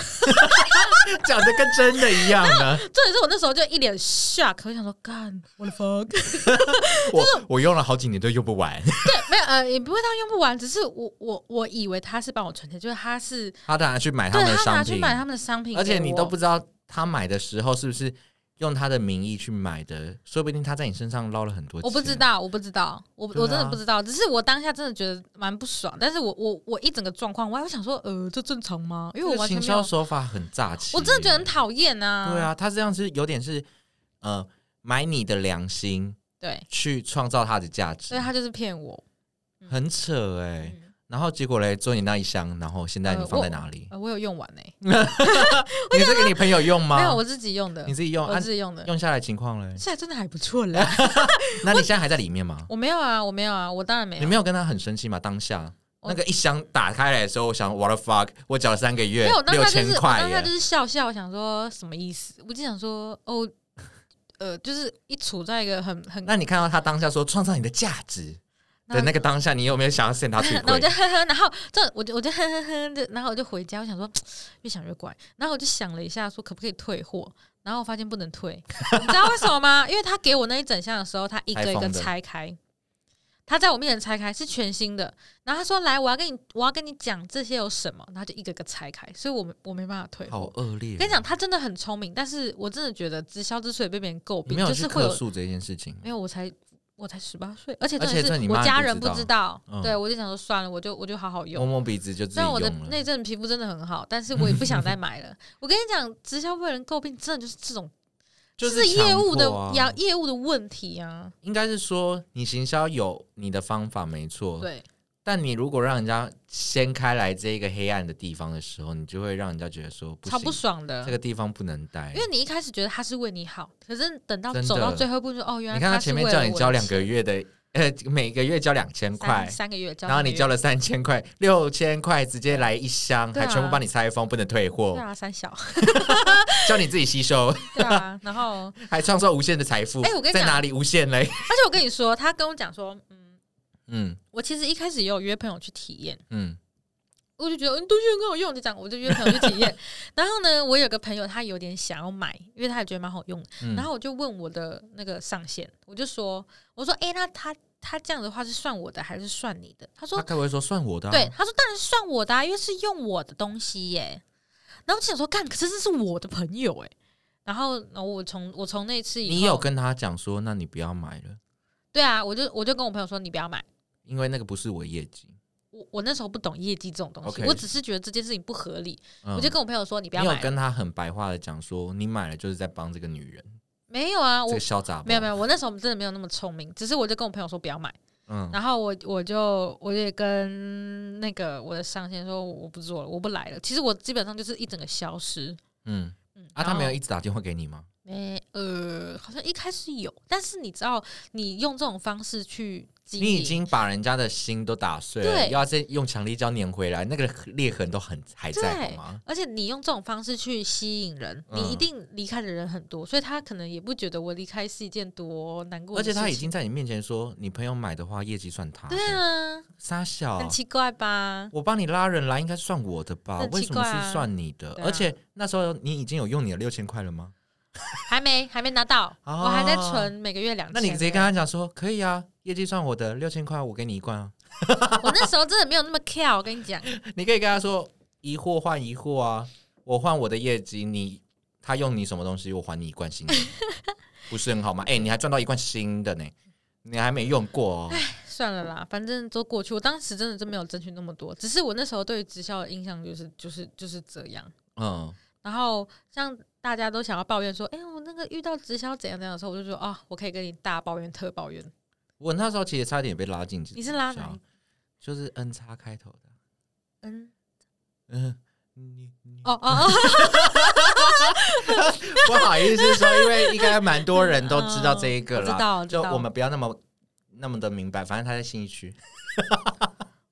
Speaker 1: 讲的跟真的一样呢。
Speaker 2: 重点是我那时 候就一脸 shock，我想说，干，我的 fuck，
Speaker 1: 我我用了好几年都用不 完。
Speaker 2: 没有，呃，也不会到用不完，只是我我我以为他是帮我存钱，就是他是
Speaker 1: 他拿去买他
Speaker 2: 对
Speaker 1: 们的
Speaker 2: 他拿
Speaker 1: 商
Speaker 2: 去
Speaker 1: 品，
Speaker 2: 买他们的商品给我，
Speaker 1: 而且你都不知道他买的时候是不是用他的名义去买的，说不定他在你身上捞了很多钱。
Speaker 2: 我不知，道，我不知道，我
Speaker 1: 对啊
Speaker 2: 我真的不知道，只是我当下真的觉得蛮不爽，但是我我我一整个状况，我还会想说，呃，这正常吗？因为我完
Speaker 1: 行
Speaker 2: 全没
Speaker 1: 销
Speaker 2: 有，
Speaker 1: 手法很诈欺，
Speaker 2: 我真的觉得很讨厌啊，
Speaker 1: 对，啊，他这样是有点是呃买你的良心
Speaker 2: 对，
Speaker 1: 去创造他的价值
Speaker 2: 所以，他就是骗我，
Speaker 1: 很扯哎、
Speaker 2: 啊嗯，
Speaker 1: 然后结果嘞，做你那一箱，然后现在你
Speaker 2: 呃
Speaker 1: 放
Speaker 2: 我
Speaker 1: 在哪里？
Speaker 2: 呃我有用完呢，
Speaker 1: 你是给你朋友用吗？
Speaker 2: 没有，我自己用的
Speaker 1: 你，自己用，
Speaker 2: 我
Speaker 1: 啊，
Speaker 2: 自己用的。
Speaker 1: 用下来情况嘞？
Speaker 2: 现在真的还不错嘞，
Speaker 1: 那你现在还在里面吗？
Speaker 2: 我没有啊，我没有啊，我当然没
Speaker 1: 你
Speaker 2: 有。
Speaker 1: 没有跟他很生气吗？当下
Speaker 2: 我
Speaker 1: 那个一箱打开来的时候，我想 what the fuck，我缴了三个月
Speaker 2: 没有，我当
Speaker 1: 六
Speaker 2: 下就
Speaker 1: 千
Speaker 2: 是我
Speaker 1: 块
Speaker 2: 当下就
Speaker 1: 耶，
Speaker 2: 是笑笑，我想说什么意思？我就想说哦，呃，就是一处在一个很很
Speaker 1: 那你看到他当下说创造你的价值的那个当下，你有没有想要扇他去
Speaker 2: 然后我
Speaker 1: 跪
Speaker 2: 就？哼哼，然后这我就我就哼哼哼的，然后我就回家，我想说越想越怪，然后我就想了一下，说可不可以退货，然后我发现不能退，你知道为什么吗？因为他给我那一整箱的时候，他一个一
Speaker 1: 拆
Speaker 2: 个
Speaker 1: 封的
Speaker 2: 拆开，他在我面前拆开是全新的，然后他说来，我要跟你我要跟你讲这些有什么，然后就一个一个拆开，所以我们我没办法退
Speaker 1: 好
Speaker 2: 货。
Speaker 1: 恶劣！啊
Speaker 2: 跟你讲，他真的很聪明，但是我真的觉得直销之所以被别人诟
Speaker 1: 你
Speaker 2: 病，
Speaker 1: 没有
Speaker 2: 就
Speaker 1: 去
Speaker 2: 是会有
Speaker 1: 客诉这件事情，
Speaker 2: 没有，我才我才十八岁，而且
Speaker 1: 而
Speaker 2: 真
Speaker 1: 且这
Speaker 2: 的
Speaker 1: 你
Speaker 2: 是
Speaker 1: 妈
Speaker 2: 我
Speaker 1: 也
Speaker 2: 家
Speaker 1: 不
Speaker 2: 人
Speaker 1: 知
Speaker 2: 不
Speaker 1: 道
Speaker 2: 知道，
Speaker 1: 嗯
Speaker 2: 对我就想说算了，我就我就好好
Speaker 1: 摸
Speaker 2: 用。
Speaker 1: 摸鼻子就自己
Speaker 2: 虽然
Speaker 1: 用
Speaker 2: 我的
Speaker 1: 了。
Speaker 2: 那阵皮肤真的很好，但是我也不想再买 了。我跟你讲，直销被人诟病，真的就是这种，
Speaker 1: 就是
Speaker 2: 业务的
Speaker 1: 强迫啊
Speaker 2: 要业务的问题啊。
Speaker 1: 应该是说你行销有你的方法没错，
Speaker 2: 对，
Speaker 1: 但你如果让人家掀开来这一个黑暗的地方的时候，你就会让人家觉得说不
Speaker 2: 超不
Speaker 1: 行，
Speaker 2: 爽的
Speaker 1: 这。个地方不能待
Speaker 2: 因。为你一开始觉得他是为你好，可是等到
Speaker 1: 真的
Speaker 2: 走到最后一步就，哦，原来
Speaker 1: 你看他
Speaker 2: 是
Speaker 1: 前面
Speaker 2: 为
Speaker 1: 叫
Speaker 2: 了
Speaker 1: 你
Speaker 2: 我
Speaker 1: 交
Speaker 2: 的
Speaker 1: 两个
Speaker 2: 钱
Speaker 1: 月的，呃，每个月交两千块
Speaker 2: 三，三个月交两个月，
Speaker 1: 然后你交了三千块，六千块直接来一箱，
Speaker 2: 对啊
Speaker 1: 还全部帮你拆封，不能退
Speaker 2: 对
Speaker 1: 货，
Speaker 2: 啊，三小
Speaker 1: 叫你自己吸收，
Speaker 2: 对啊，然 后
Speaker 1: 还创造无限的财富。
Speaker 2: 哎我跟你
Speaker 1: 在
Speaker 2: 讲
Speaker 1: 哪里无限嘞？
Speaker 2: 而且我跟你说，他跟我讲说，嗯，
Speaker 1: 嗯
Speaker 2: 我其实一开始也有约朋友去体验。
Speaker 1: 嗯，
Speaker 2: 我就觉得嗯，东西很好用，就这样，我就约朋友去 体验。然后呢，我有个朋友他有点想要买，因为他也觉得蛮好用的。
Speaker 1: 嗯
Speaker 2: 然后我就问我的那个上线，我就说，我说，诶，那他他这样的话是算我的还是算你的？他
Speaker 1: 他
Speaker 2: 说，
Speaker 1: 该不会说算我的啊？
Speaker 2: 对，他说当然是算我的、啊，因为是用我的东西耶。然后我就想说，干，可是这是我的朋友诶。然后，然后我从我从那次以后，
Speaker 1: 你有跟他讲说，那你不要买了，
Speaker 2: 对啊，我就我就跟我朋友说，你不要买。
Speaker 1: 因为那个不是我业绩。
Speaker 2: 我我那时候不懂业绩这种东西
Speaker 1: OK
Speaker 2: 我只是觉得这件事情不合理，
Speaker 1: 嗯
Speaker 2: 我就跟我朋友说，你不要
Speaker 1: 你有
Speaker 2: 买了。
Speaker 1: 跟他很白话的讲说，你买了就是在帮这个女人，
Speaker 2: 没有啊，
Speaker 1: 这
Speaker 2: 我
Speaker 1: 个小杂包。
Speaker 2: 没有没有，我那时候真的没有那么聪明，只是我就跟我朋友说不要买，
Speaker 1: 嗯，
Speaker 2: 然后我我就我也跟那个我的上线说我不做了，我不来了。其实我基本上就是一整个消失。
Speaker 1: 嗯
Speaker 2: 嗯，
Speaker 1: 啊，他
Speaker 2: 然后
Speaker 1: 没有一直打电话给你吗？
Speaker 2: 没呃，好像一开始有，但是你知道，你用这种方式去经营，
Speaker 1: 你已经把人家的心都打碎了，
Speaker 2: 对
Speaker 1: 要再用强力胶粘回来，那个裂痕都很还在，好
Speaker 2: 对
Speaker 1: 吗？
Speaker 2: 而且你用这种方式去吸引人，
Speaker 1: 嗯
Speaker 2: 你一定离开的人很多，所以他可能也不觉得我离开是一件多难过
Speaker 1: 而
Speaker 2: 的
Speaker 1: 且
Speaker 2: 事情。
Speaker 1: 他已经在你面前说，你朋友买的话，业绩算他的。
Speaker 2: 对啊，
Speaker 1: 傻小
Speaker 2: 很，奇怪吧？
Speaker 1: 我帮你拉人来，应该算我的吧？
Speaker 2: 很
Speaker 1: 为
Speaker 2: 奇
Speaker 1: 什么
Speaker 2: 怪啊
Speaker 1: 是算你的？
Speaker 2: 对啊
Speaker 1: 而且那时候你已经有用你的六千块了吗？
Speaker 2: 还没还没拿到，
Speaker 1: 哦
Speaker 2: 我还在存每个月两千。
Speaker 1: 那你直接跟他讲说，可以啊，业绩算我的，六千块我给你一罐啊。
Speaker 2: 我那时候真的没有那么 care，我跟你讲，
Speaker 1: 你可以跟他说，疑惑换疑惑啊，我换我的业绩，你他用你什么东西，我还你一罐 新的，不是很好吗？哎、你还赚到一罐新的呢，你还没用过 哦。
Speaker 2: 算了啦，反正都过去。我当时真的真没有争取那么多，只是我那时候对于直销的印象就是就是就是这样。
Speaker 1: 嗯，
Speaker 2: 然后像大家都想要抱怨说，哎、我那个遇到直销怎样怎样的时候，我就说啊，我可以跟你大抱怨特抱怨。
Speaker 1: 我那时候其实差点被拉进去，
Speaker 2: 你是拉哪一？
Speaker 1: 就是 N 叉开头的，
Speaker 2: 嗯，
Speaker 1: 嗯，你你
Speaker 2: 哦 哦，哦
Speaker 1: 不好意思说，因为应该蛮多人都知道这一个
Speaker 2: 我知
Speaker 1: 啦，
Speaker 2: 道，我知
Speaker 1: 就
Speaker 2: 道
Speaker 1: 我们不要那么那么的明白，反正他在信义区，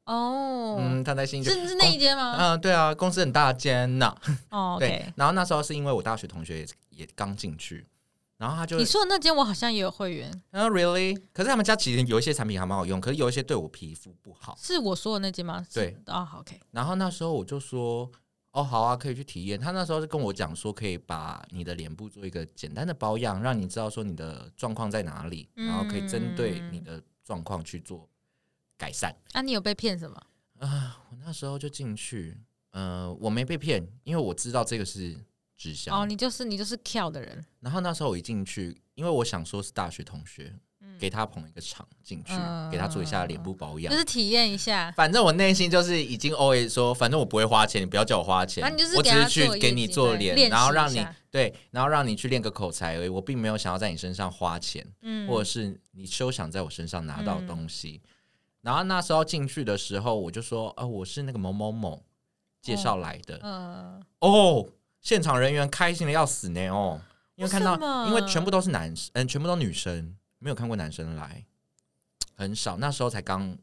Speaker 2: 哦，
Speaker 1: 嗯，他在信义区，
Speaker 2: 是是那一间吗？
Speaker 1: 嗯，对啊，公司很大间呐，
Speaker 2: 哦
Speaker 1: 对
Speaker 2: ，OK，。
Speaker 1: 然后那时候是因为我大学同学也也刚进去，然后他就
Speaker 2: 你说的那间我好像也有会员，
Speaker 1: 嗯、really，可是他们家其实有一些产品还蛮好用，可是有一些对我皮肤不好。
Speaker 2: 是我说的那间吗？是
Speaker 1: 对，
Speaker 2: 哦好，OK，
Speaker 1: 然后那时候我就说，哦，好啊，可以去体验。他那时候是跟我讲说，可以把你的脸部做一个简单的保养，让你知道说你的状况在哪里，
Speaker 2: 嗯
Speaker 1: 然后可以针对你的状况去做改善。
Speaker 2: 啊，你有被骗什么？
Speaker 1: 啊、我那时候就进去，呃，我没被骗，因为我知道这个是直销。
Speaker 2: 哦，你就是你就是跳的人，
Speaker 1: 然后那时候我一进去，因为我想说是大学同学，给他捧一个场进去，
Speaker 2: 嗯
Speaker 1: 给他做一下脸部保养
Speaker 2: 就。是体验一下，
Speaker 1: 反正我内心就是已经 always 说，反正我不会花钱，你不要叫我花钱，
Speaker 2: 反正就是
Speaker 1: 我
Speaker 2: 给
Speaker 1: 只
Speaker 2: 他
Speaker 1: 是去
Speaker 2: 做业绩
Speaker 1: 给你做
Speaker 2: 对
Speaker 1: 脸，
Speaker 2: 练习
Speaker 1: 然后让
Speaker 2: 一
Speaker 1: 你
Speaker 2: 下
Speaker 1: 对，然后让你去练个口才而已。我并没有想要在你身上花钱，
Speaker 2: 嗯，
Speaker 1: 或者是你休想在我身上拿到东西。然后那时候进去的时候，我就说，啊，我是那个某某某介绍来的，
Speaker 2: 嗯，
Speaker 1: 哦，现场人员开心的要死呢哦，因为看
Speaker 2: 为什么
Speaker 1: 到因为全部都是男生，嗯、全部都女生，没有看过男生来，很少。那时候才刚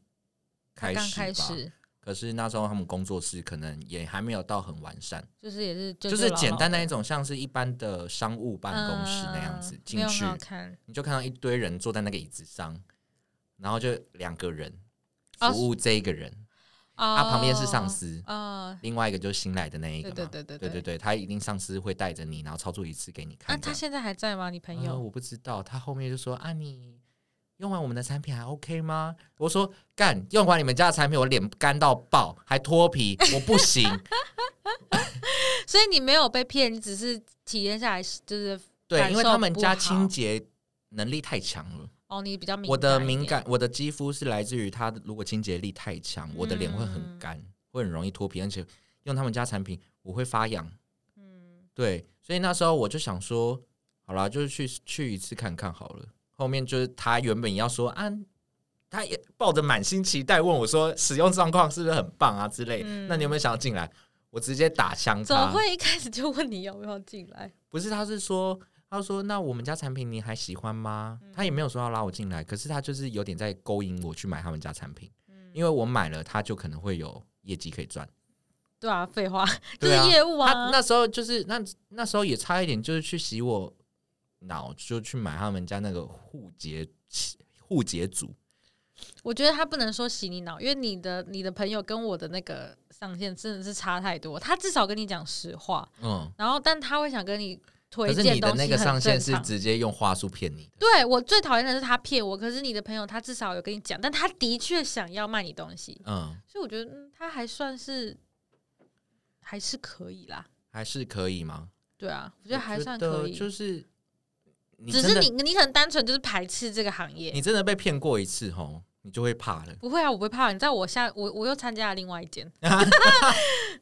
Speaker 1: 开始吧，
Speaker 2: 刚开始
Speaker 1: 可是那时候他们工作室可能也还没有到很完善，
Speaker 2: 就是也是就
Speaker 1: 就是简单那一种，像是一般的商务办公室那样子进、去
Speaker 2: 嗯没有很，好看，
Speaker 1: 你就看到一堆人坐在那个椅子上，然后就两个人
Speaker 2: 哦
Speaker 1: 服务这一个人，
Speaker 2: 啊
Speaker 1: 他、旁边是上司。
Speaker 2: 啊，
Speaker 1: 另外一个就是新来的那一个嘛，
Speaker 2: 对对对对
Speaker 1: 对
Speaker 2: 对
Speaker 1: 他一定上司会带着你，然后操作一次给你
Speaker 2: 那
Speaker 1: 看。
Speaker 2: 啊他现在还在吗？你朋
Speaker 1: 呃
Speaker 2: 友？
Speaker 1: 我不知道，他后面就说啊，你用完我们的产品还 OK 吗？我说干，用完你们家的产品，我脸干到爆，还脱 皮，我不行。
Speaker 2: 所以你没有被骗，你只是体验下来，就是
Speaker 1: 对，
Speaker 2: 感
Speaker 1: 因为
Speaker 2: 受
Speaker 1: 他们
Speaker 2: 不
Speaker 1: 家
Speaker 2: 好
Speaker 1: 清洁能力太强了，
Speaker 2: 哦，你比较敏感，
Speaker 1: 我的敏，感，我的肌肤是来自于它的，如果清洁力太强，我的脸会很
Speaker 2: 嗯
Speaker 1: 干，会很容易脱皮，而且用他们家产品我会发痒。
Speaker 2: 嗯，
Speaker 1: 对，所以那时候我就想说，好啦，就是去去一次看看好了。后面就是他原本也要说啊，他也抱着满心期待问我说，使用状况是不是很棒啊之类。
Speaker 2: 嗯
Speaker 1: 那你有没有想要进来？我直接打枪
Speaker 2: 怎么
Speaker 1: 他，
Speaker 2: 会一开始就问你要不要进来？
Speaker 1: 不是，他是说，他说那我们家产品你还喜欢吗？他也没有说要拉我进来，可是他就是有点在勾引我去买他们家产品，
Speaker 2: 嗯
Speaker 1: 因为我买了，他就可能会有业绩可以赚。
Speaker 2: 对啊，废话，就
Speaker 1: 对
Speaker 2: 是
Speaker 1: 啊
Speaker 2: 业务
Speaker 1: 他
Speaker 2: 啊。
Speaker 1: 那时候就是那那时候也差一点，就是去洗我脑，就去买他们家那个护结护结组。
Speaker 2: 我觉得他不能说洗你脑，因为你的你的朋友跟我的那个上限真的是差太多。他至少跟你讲实话，
Speaker 1: 嗯，
Speaker 2: 然后但他会想跟你推
Speaker 1: 可是
Speaker 2: 荐
Speaker 1: 你
Speaker 2: 东
Speaker 1: 的
Speaker 2: 西，
Speaker 1: 那个上限是。直接用话术骗你的。
Speaker 2: 对我最讨厌的是他骗我，可是你的朋友他至少有跟你讲，但他的确想要卖你东西，
Speaker 1: 嗯，
Speaker 2: 所以我觉得、嗯、他还算是还是可以啦。
Speaker 1: 还是可以吗？
Speaker 2: 对啊，我
Speaker 1: 我
Speaker 2: 觉得还算可以，
Speaker 1: 就是你
Speaker 2: 只
Speaker 1: 真
Speaker 2: 是
Speaker 1: 的
Speaker 2: 你你可能单纯就是排斥这个行业。
Speaker 1: 你真的被骗过一次吼，你就会怕了。
Speaker 2: 不会啊，我不会怕。你知道我下我我又参加了另外一 间，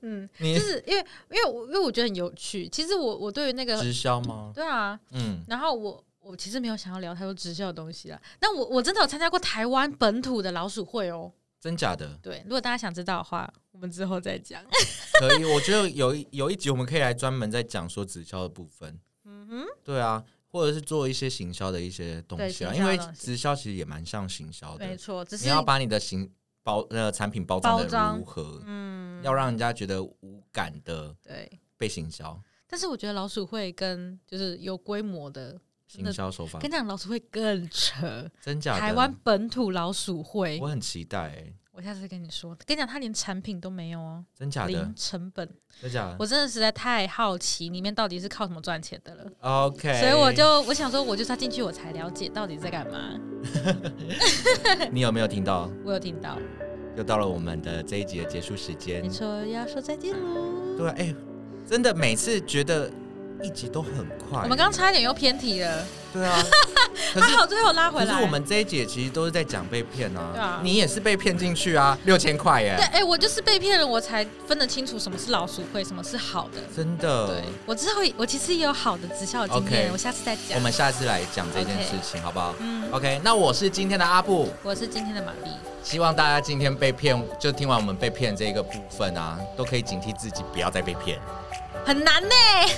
Speaker 2: 嗯，
Speaker 1: 你
Speaker 2: 就是因为因为我因为我觉得很有趣。其实我我对于那个
Speaker 1: 直销吗？
Speaker 2: 对啊，
Speaker 1: 嗯，
Speaker 2: 然后我我其实没有想要聊太多直销的东西啦。但我我真的有参加过台湾本土的老鼠会哦。
Speaker 1: 真假的
Speaker 2: 对，如果大家想知道的话，我们之后再讲。
Speaker 1: 可以。我觉得有一有一集我们可以来专门在讲说直销的部分。
Speaker 2: 嗯哼，
Speaker 1: 对啊，或者是做一些行销的一些东西啊，
Speaker 2: 对行销的
Speaker 1: 因为
Speaker 2: 东西
Speaker 1: 直销其实也蛮像行销
Speaker 2: 没
Speaker 1: 的，
Speaker 2: 错，只
Speaker 1: 你
Speaker 2: 是
Speaker 1: 要把你的行包呃产品包
Speaker 2: 包
Speaker 1: 装的
Speaker 2: 装
Speaker 1: 如何，
Speaker 2: 嗯
Speaker 1: 要让人家觉得无感的
Speaker 2: 对。
Speaker 1: 被行销，
Speaker 2: 但是我觉得老鼠会跟就是有规模的，真
Speaker 1: 行
Speaker 2: 的
Speaker 1: 销手法
Speaker 2: 跟你讲老鼠会更扯。
Speaker 1: 真假的？
Speaker 2: 台湾本土老鼠会，
Speaker 1: 我很期待、欸，
Speaker 2: 我下次跟你说，跟你讲，他连产品都没有哦，
Speaker 1: 真假的
Speaker 2: 零？成本。
Speaker 1: 真假的
Speaker 2: 我真的实在太好奇里面到底是靠什么赚钱的了，
Speaker 1: ？OK，
Speaker 2: 所以我就我想说，我就是要进去我才了解到底在干嘛。
Speaker 1: 你有没有听到？
Speaker 2: 我有听到，
Speaker 1: 又到了我们的这一集的结束时间
Speaker 2: 你，说要说再见喽。
Speaker 1: 对啊，哎、真的每次觉得一集都很快、
Speaker 2: 我们刚刚差一点又偏题了，
Speaker 1: 对 啊，可
Speaker 2: 还
Speaker 1: 是
Speaker 2: 好最后拉回
Speaker 1: 可是
Speaker 2: 来。
Speaker 1: 我们这一节其实都是在讲被骗
Speaker 2: 对啊
Speaker 1: 啊，你也是被骗进去啊，六千块耶
Speaker 2: 对，，哎、我就是被骗了，我才分得清楚什么是老鼠会，什么是好的。
Speaker 1: 真的
Speaker 2: 对。，我之后我其实也有好的直销经验
Speaker 1: 呃 OK
Speaker 2: 我下次再
Speaker 1: 我
Speaker 2: 讲。
Speaker 1: 们下次来讲这件事情好不好
Speaker 2: 嗯，
Speaker 1: ？OK，那我是今天的阿布，
Speaker 2: 我是今天的玛丽，
Speaker 1: 希望大家今天被骗，就听完我们被骗这个部分啊，都可以警惕自己，不要再被骗，
Speaker 2: 很难呢、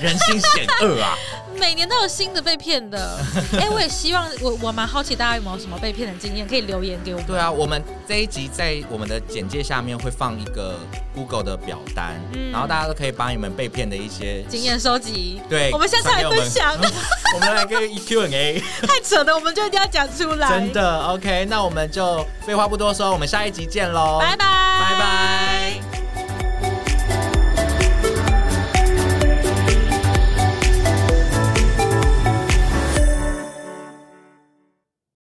Speaker 1: 人心险恶 啊。
Speaker 2: 每年都有新的被骗 的。哎、我也希望我我蛮好奇大家有没有什么被骗的经验，可以留言给我们。
Speaker 1: 对啊，我们这一集在我们的简介下面会放一个 Google 的表单，
Speaker 2: 嗯
Speaker 1: 然后大家都可以把你们被骗的一些
Speaker 2: 经。验收集，
Speaker 1: 对，
Speaker 2: 我们下次来
Speaker 1: 传给我
Speaker 2: 分
Speaker 1: 们
Speaker 2: 享。
Speaker 1: 我们来个 Q&A，
Speaker 2: 太扯了，我们就一定要讲出来。
Speaker 1: 真，哦的 OK。那我们就废话不多说，我们下一集见喽，
Speaker 2: 拜拜，
Speaker 1: 拜拜。